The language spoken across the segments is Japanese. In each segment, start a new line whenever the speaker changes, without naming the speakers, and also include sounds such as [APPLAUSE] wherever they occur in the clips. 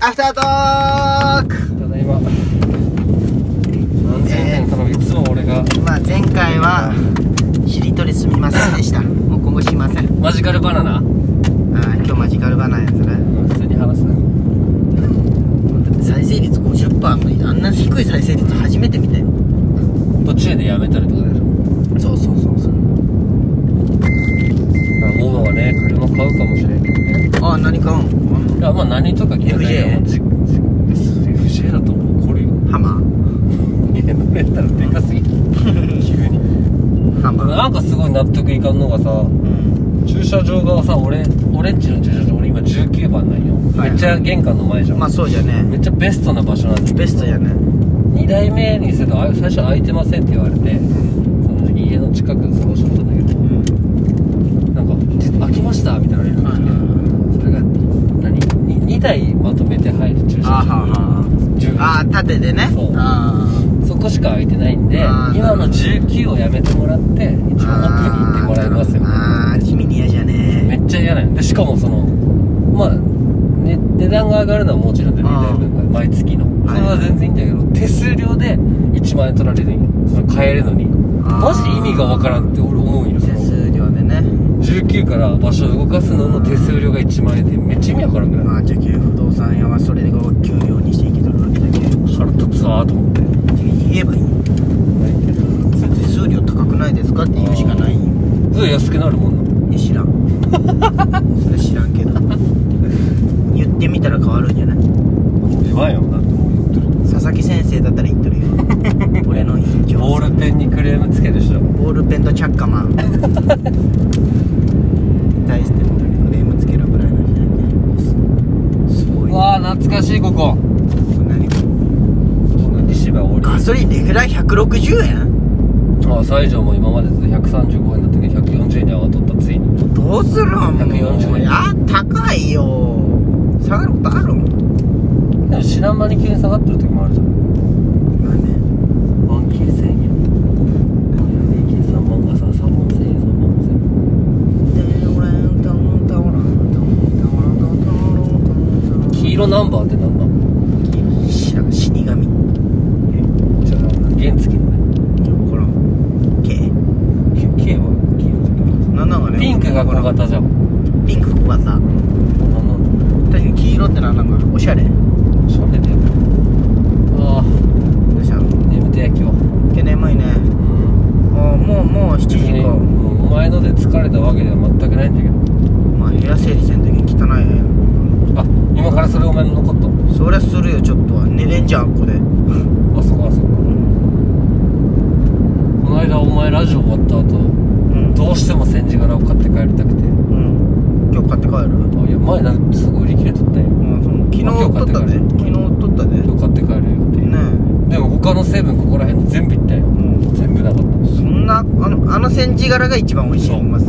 アフタートーク
ただいま何千年かのいつも俺が
まあ前回はしりとりすみませんでしたもう今後しません
マジカルバナナ
あー今日マジカルバナナやつね
普通に話すな
再生率50%無理あんな低い再生率初めて見たよ
途中でやめたりとかでしょ
そうそうそうそう
モバはね車買うかもしれんけどね
ああ何買うん
いやまあ何とか決めたい
FJ
じじ FJ だともうこれよ
ハマー
いや乗れたらでかす
[LAUGHS]
ぎ急に
ハマー
なんかすごい納得いかんのがさ
うん
駐車場がさ俺俺んちの駐車場俺今19番なんよ、
はい
めっちゃ玄関の前じゃん、
まあそうじゃね
めっちゃベストな場所なんだけど
ベストじゃね
2台目にするとあ最初空いてませんって言われてその時家の近くで過ごしとったんだけ
うん
どなんか実「開きました」みたいなのが来てそれが何に 2, 台まとめて入る駐車
あは
場
は
10
ああ縦でね
そう
あ
そこしか空いてないんで
あー
今の19をやめてもらって一番奥に行ってもらいますよ
あーあー地味に嫌じゃ
め
ね
っちゃ嫌なんよでしかもそのまあ、ね、値段が上がるのはもちろんで2台分が毎月のそれは全然いいんだけど手数料で1万円取られるんよその買えるのにマジ意味がわからんって俺思うんよそ
手
の
数料でね
19から場所を動かすのの手数料が1万円でめっちゃ意味わからんく
ま
ない
あじゃけ不動産屋はそれを給料にしていけとるわけだけど
腹立つわーと思って
言えばいい手数料高くないですかって言うしかないよ
それ安くなるもん
いや知らん
[LAUGHS]
それ知らんけど言ってみたら変わるんじゃない
な言わんよなって思ってる
佐々木先生だったら言っとるよ俺の院長
ボールペンにクレームつける人だもん
ボールペンとチャッカマンに対してもクレームつけるぐらいの時代ねすごい
わー懐かしいここ
何
西芝降り
ガソリンレギュラー160円
あ西条も今までずっと135円だったけど140円に上がっとったついに
どうするんも
140
う
円
あ高いよ下がることあるもん
でも知らん間に急に下がってる時もあるじゃん
まあね
万金1000円万金3万がさ3万1000円3万1000円黄色ナンバーって何なの
知らん死神
じゃあ原付のね
ほら K
K- K は黄色じゃない
7がね
ピンクが小型じゃん
ピンク小型
何なんだ
確かに黄色って何なんかおしゃれど
しゃれてるあ
うしたの
あ眠てえ今日
いけ眠いねあーもうもう7時
別に
か
もうお前ので疲れたわけでは全くないんだけど
まあ部屋整理せんときに汚いね
あ今からそれお前の残っ
そりゃするよちょっとは寝れんじゃんここで
たあそこあそこ
うん
この間お前ラジオ終わった後
うん
どうしても千字柄を買って帰りたくて
うん今日買って帰る
あいや前なんかすぐ売り切れとったんよ
うんそう昨日撮ったで昨日撮ったで
今日買って帰るよって
ね
でも他の成分ここら辺全部いったよ
えうん
全部なかった
そんなあのあの煎じ柄が一番美味しいと思います
い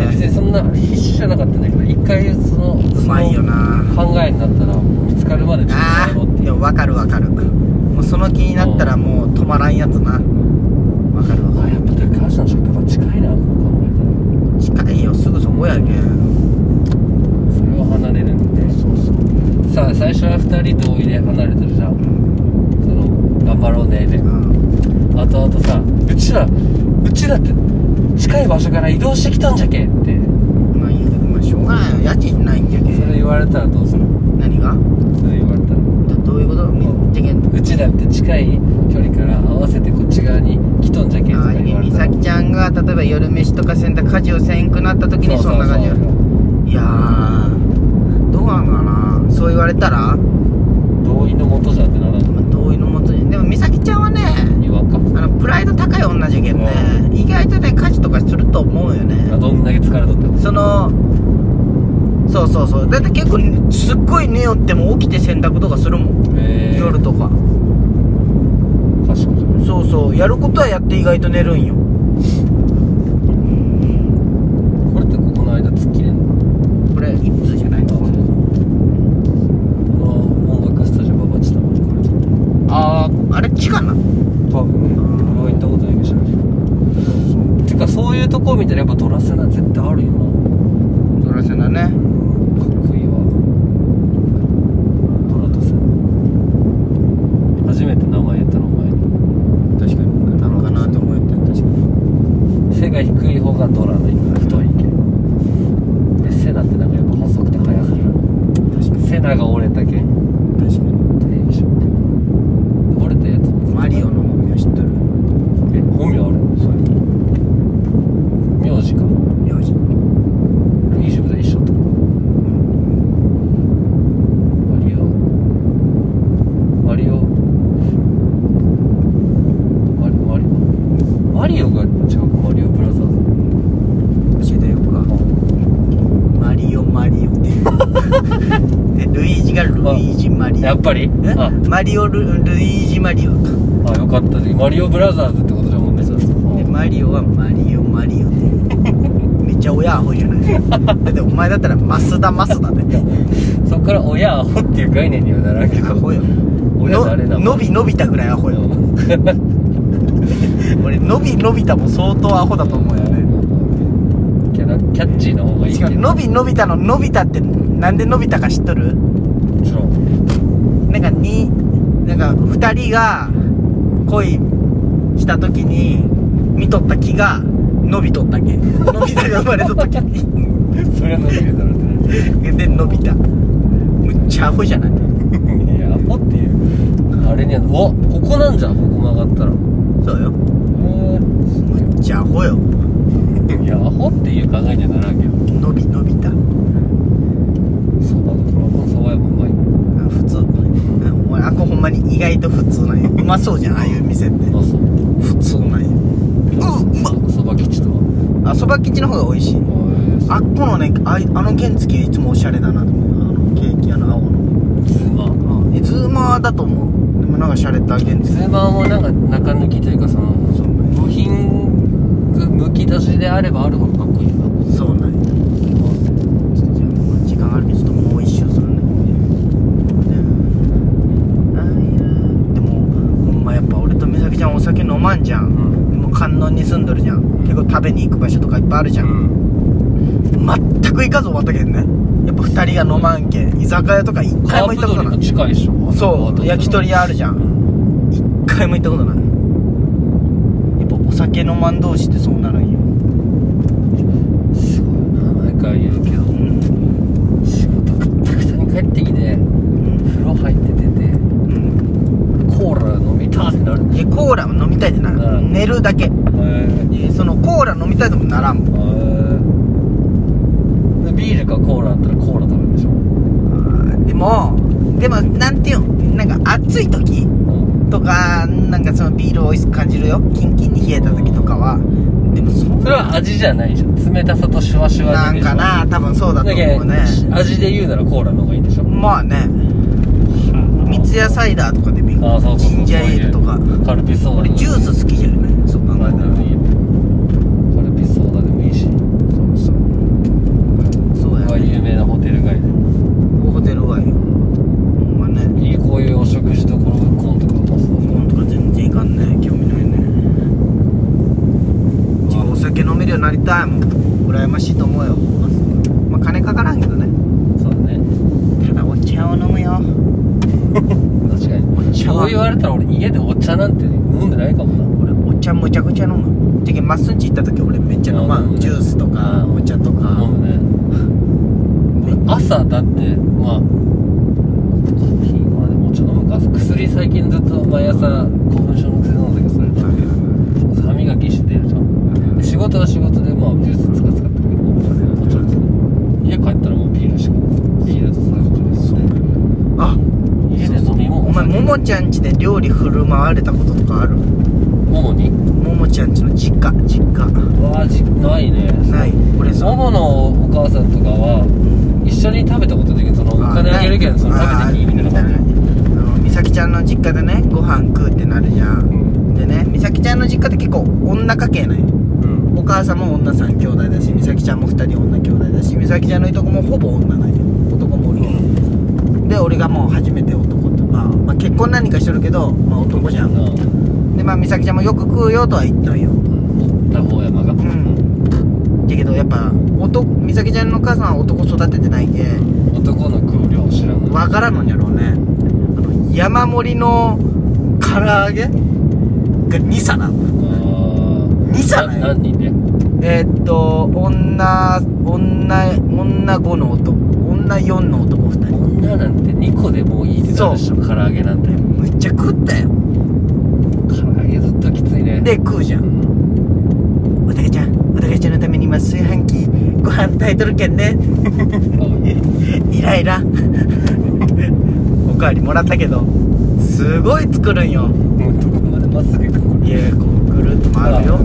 や別にそんな必死じゃなかったんだけど一回その
うまいよな
その考えになったらもう見つかるまでちょっ
あ
とやろうっ
ー
て
い
い
や
う
分かる分かるもうその気になったらもう止まらんやつな分かる分か
あやっぱ高橋の職場近いなこう考
る近いよすぐそこやけん
えたらそれを離れるんで
そうそう
さあ最初は2人同意で離れてるじゃん
うん
その頑張ろうねであとあとさうちらうちらって近い場所から移動してきたんじゃけって
まあ言うけどまあしょうがないよ家賃ないんじゃけ
それ
ん
言われたらどうする
何が
それ言われたら
どどういうことみじゃけん
うちだって近い距離から合わせてこっち側に来とんじゃけんと
あ
か
ーい
言
や
われ
美
たら
咲ちゃんが例えば夜飯とかせんた家事をせんくなった時にそんな感じや
そうそうそう
いやーどうなんかなそう言われたら
同意のもとじゃってならん
まあ同意のもとにでも美咲ちゃんはね
言わんか
あのプライド高い女じゃけんね意外とね家事とかすると思うよね
どんだけ疲れとっても
そのそうそうそうだって結構ねすっごい寝よっても起きて洗濯とかするもん、
えー、
夜とか
賢いじゃん
そうそうやることはやって意外と寝るんようん
これってここの間突っ切れんの
これ一通じゃない
あこの音楽スタジオがバチたもんこれちょっ
あああれ違うな
と多分俺は行ったことないけど知らんけどてかそういうとこ見たらやっぱドラセナ絶対あるよな
ドラセナね
かっこいいわ花が折れたけん
確かに
テンション折れたやつ
マリオの本名知っとる
え本名ある
そう
名字か
いう名字
ルイージも一緒ってことマリオマリオマリマリオマリオが違うかマリオブラザーズ
教えてよくかマリオマ [LAUGHS] リオっていうでルイージがルイージマリ
や
オ
っぱり
え
あ
マリオルルイージマリオか
あよかったねマリオブラザーズってことだもんね
そうそうでマリオはマリオマリオっていうめっちゃ親アホじゃない [LAUGHS] だってお前だったらマスダマスダで
そっから親アホっていう概念にはならんけ
ア
ど
ホよ
親誰な
の伸び伸びたぐらいアホよ俺伸び伸びたも相当アホだと思うよね
キャラキャッチーな方がいい
し
け
かも
ど
伸び伸びたの伸びたってなんで伸びたか知っとる
もちろん
なんかになんか2人が恋した時に見とった木が伸びとったけ伸びたが生まれとったけ [LAUGHS]
それは伸びるだろうって
で伸びたむっちゃアホじゃない
いやアホっていうあれにはおここなんじゃんここ曲がったら
そうよむっちゃアホよ
いやアホっていう考えにはならんけど
伸び伸びた
そばのプロポンそば屋もうまい
あ普通あお前あこほんまに意外と普通なんようまそうじゃんああいう店って
うまそう
普通なんようんうまっ
そば吉とは
あそば吉の方が美味しいあっこのねあいあの原付いつもおしゃれだなと思うあのケーキ屋の青の
ズーマン
うんズーマーだと思うでもなんか洒落た原
ズ
付
ーマンはなんか中抜きというかその
そうなんよ
部品がむき出しであればあるほどかっこいいな
そうなんよちょっとじゃあもう時間あるけどちょっともう一周するねうんあいやでもほんまやっぱ俺と美咲ちゃんお酒飲まんじゃん
うん
でも観音に住んどるじゃん結構食べに行く場所とかいっぱいあるじゃん、全く行かず終わったけんねやっぱ2人が飲まんけん居酒屋とか一回
カ
も行
ー
っ
プ
たこと
鶏
な
と
い
近いでしょ
そう焼き鳥
屋
屋あるじゃん一回も行ったことないやっぱお酒飲まん同士ってそうなるんよ
すごいな毎回言うけど
うん
仕事くったくたに帰ってきて
うん
風呂入って出て
うん
コーラ飲みたってなる
いやコーラは飲みたいってならん
うん
寝るだけ
へえ
いやそのコーラ飲みたいともならんもん
でビールかコーラあったらコーラ食べるでしょ
あーでもでもなんていうのなんか暑い時とかなんかそのビールを美味しく感じるよキンキンに冷えた時とかはでもそん
それは味じゃないじゃん冷たさとシュワシュワ
な
だけ
ん
でしょ
かな多分そうだと
だけ
思うね
ど味で言うならコーラの方がいいんでしょ
まあね三ツ矢サイダーとかでもいい
あーそうそうそう
ジンジャーエールとか
カルピソーダ
俺ジュース好きじゃないそう考えた
な
ら
んでもいいよカルピソーダでもいいし
そうそうそうや
これは
ね
有名なホテル街で
ホテル街よほんまね
いいこういうお食事ところコンとかうまそう
日本とか全然いかんね興味ないね自分お酒飲めるようになりたいもん羨ましいと思うよまあ金かからんけどね
そうだね
ただお茶を飲むよ
確かに
茶は
そう言われたら俺家でお茶なんて飲んでないかもな
俺お茶むちゃくちゃ飲むてけマッスンチ行った時俺めっちゃ飲ま
あ飲む
ん
ね
ジュースとかお茶と
飲
か
むね俺朝だってまあコーヒーまあでもお茶飲むか薬最近ずっと毎朝興奮症の薬飲んだけどそれ歯磨きしてるじゃんで仕事は仕事でまあジュースつかつかってるけどお茶ですね家帰ったらもうビールしかビールとそういうことですね
あ
家で飲みも
お前ももちゃん家で料理振る舞われたこととかある
ももに
ももちゃん家の実家実家
わあじないね
ない俺さ
もものお母さんとかは一緒に食べたことできるそのお金あげるけどその食べてきみたいな感じ
じ美咲ちゃんの実家でねご飯食うってなるじゃんでね美咲ちゃんの実家って結構女家系なんよ
うん
お母さんも女さん兄弟だし美咲ちゃんも2人女兄弟だし美咲ちゃんのいとこもほぼ女なんよ男もおるけどで俺がもう初めて男とまあ、まあ、結婚何かしとるけど、まあ、男じゃんでまあ美咲ちゃんもよく食うよとは言ったんよ
うん大宝山が
うんだけどやっぱ男美咲ちゃんのお母さんは男育ててないけ
男の食う量知らん
わからんのんやろうねあの山盛りの唐揚げが2皿
2
二皿よ
何人で
えーっと女女女5の男女4の男2人
女ナなんて2個でもういいってなるでしょ唐揚げなんて
むっちゃ食ったよ
唐揚げずっときついね
で食うじゃ
うんん
おたけちゃんおたけちゃんのために今炊飯器ご飯炊いとるけんねイライラおかわりもらったけどすごい作るんよ
もうどこまでまっすぐ行くの
いやこうぐるっと回るよ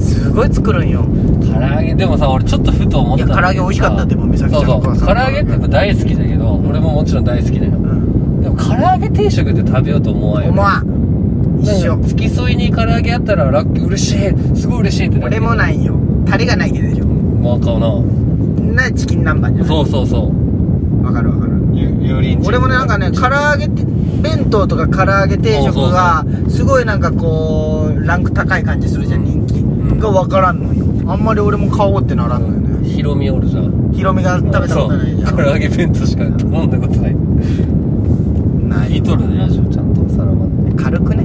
すごい作るんよ
唐揚げでもさ俺ちょっとふと思ったんだけど
いや唐揚げ美味しかったでも美咲ちゃん
そう
お
そ
母
う
さん
唐揚げってやっぱ大好きだけど俺ももちろん大好きだよ
うん
でも唐揚げ定食って食べようと思わんよね
思わん一
なん
緒
か付き添いに唐揚げあったらラッキー嬉しいすごい嬉しいって
俺もないよタレがないけどでしょ
もうかな
なチキン南蛮じゃない
そうそうそう
わかるわかる
油油淋
俺もねなんかね唐揚げって弁当とか唐揚げ定食がすごいなんかこうランク高い感じするじゃん人気
ん
が分からんのよあんまり俺も買おうってならんのよね
ヒロミおるじゃん
ヒロミが食べたことないじゃ
そう唐揚げ弁当しか頼んだことない
んない
聞いとるねラジオちゃんとお皿までも
軽くね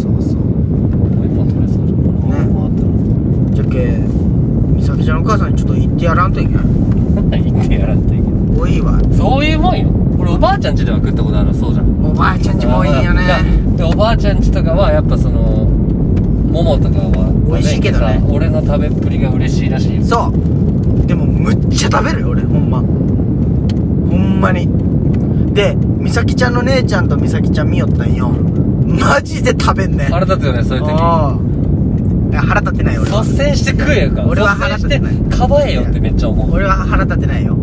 そうそう
う一本取れ [LAUGHS] そうじゃんこのまま回った
じ
ら
ゃけ美咲ちゃんのお母さんにちょっと言ってやらんといけない
言ってやらんといけない
多いわ
そういうもんよ俺おばあちゃん家では食ったことあるそうじゃん
おばあちゃんちも多いよね
いやでおばあちゃん家とかはやっぱその桃とかは
美味しいけどね
食べんさ俺の食べっぷりが嬉しいらしいよ
そうでもむっちゃ食べるよ俺ほんまほんまにで美咲ちゃんの姉ちゃんと美咲ちゃん見よったんよマジで食べんね
腹立つよねそういう時
ああ腹立ってないよ俺は
率先して食えよか
俺は
率
腹立
先
ってない
してかばえよってめっちゃ思う
俺は腹立ってないよ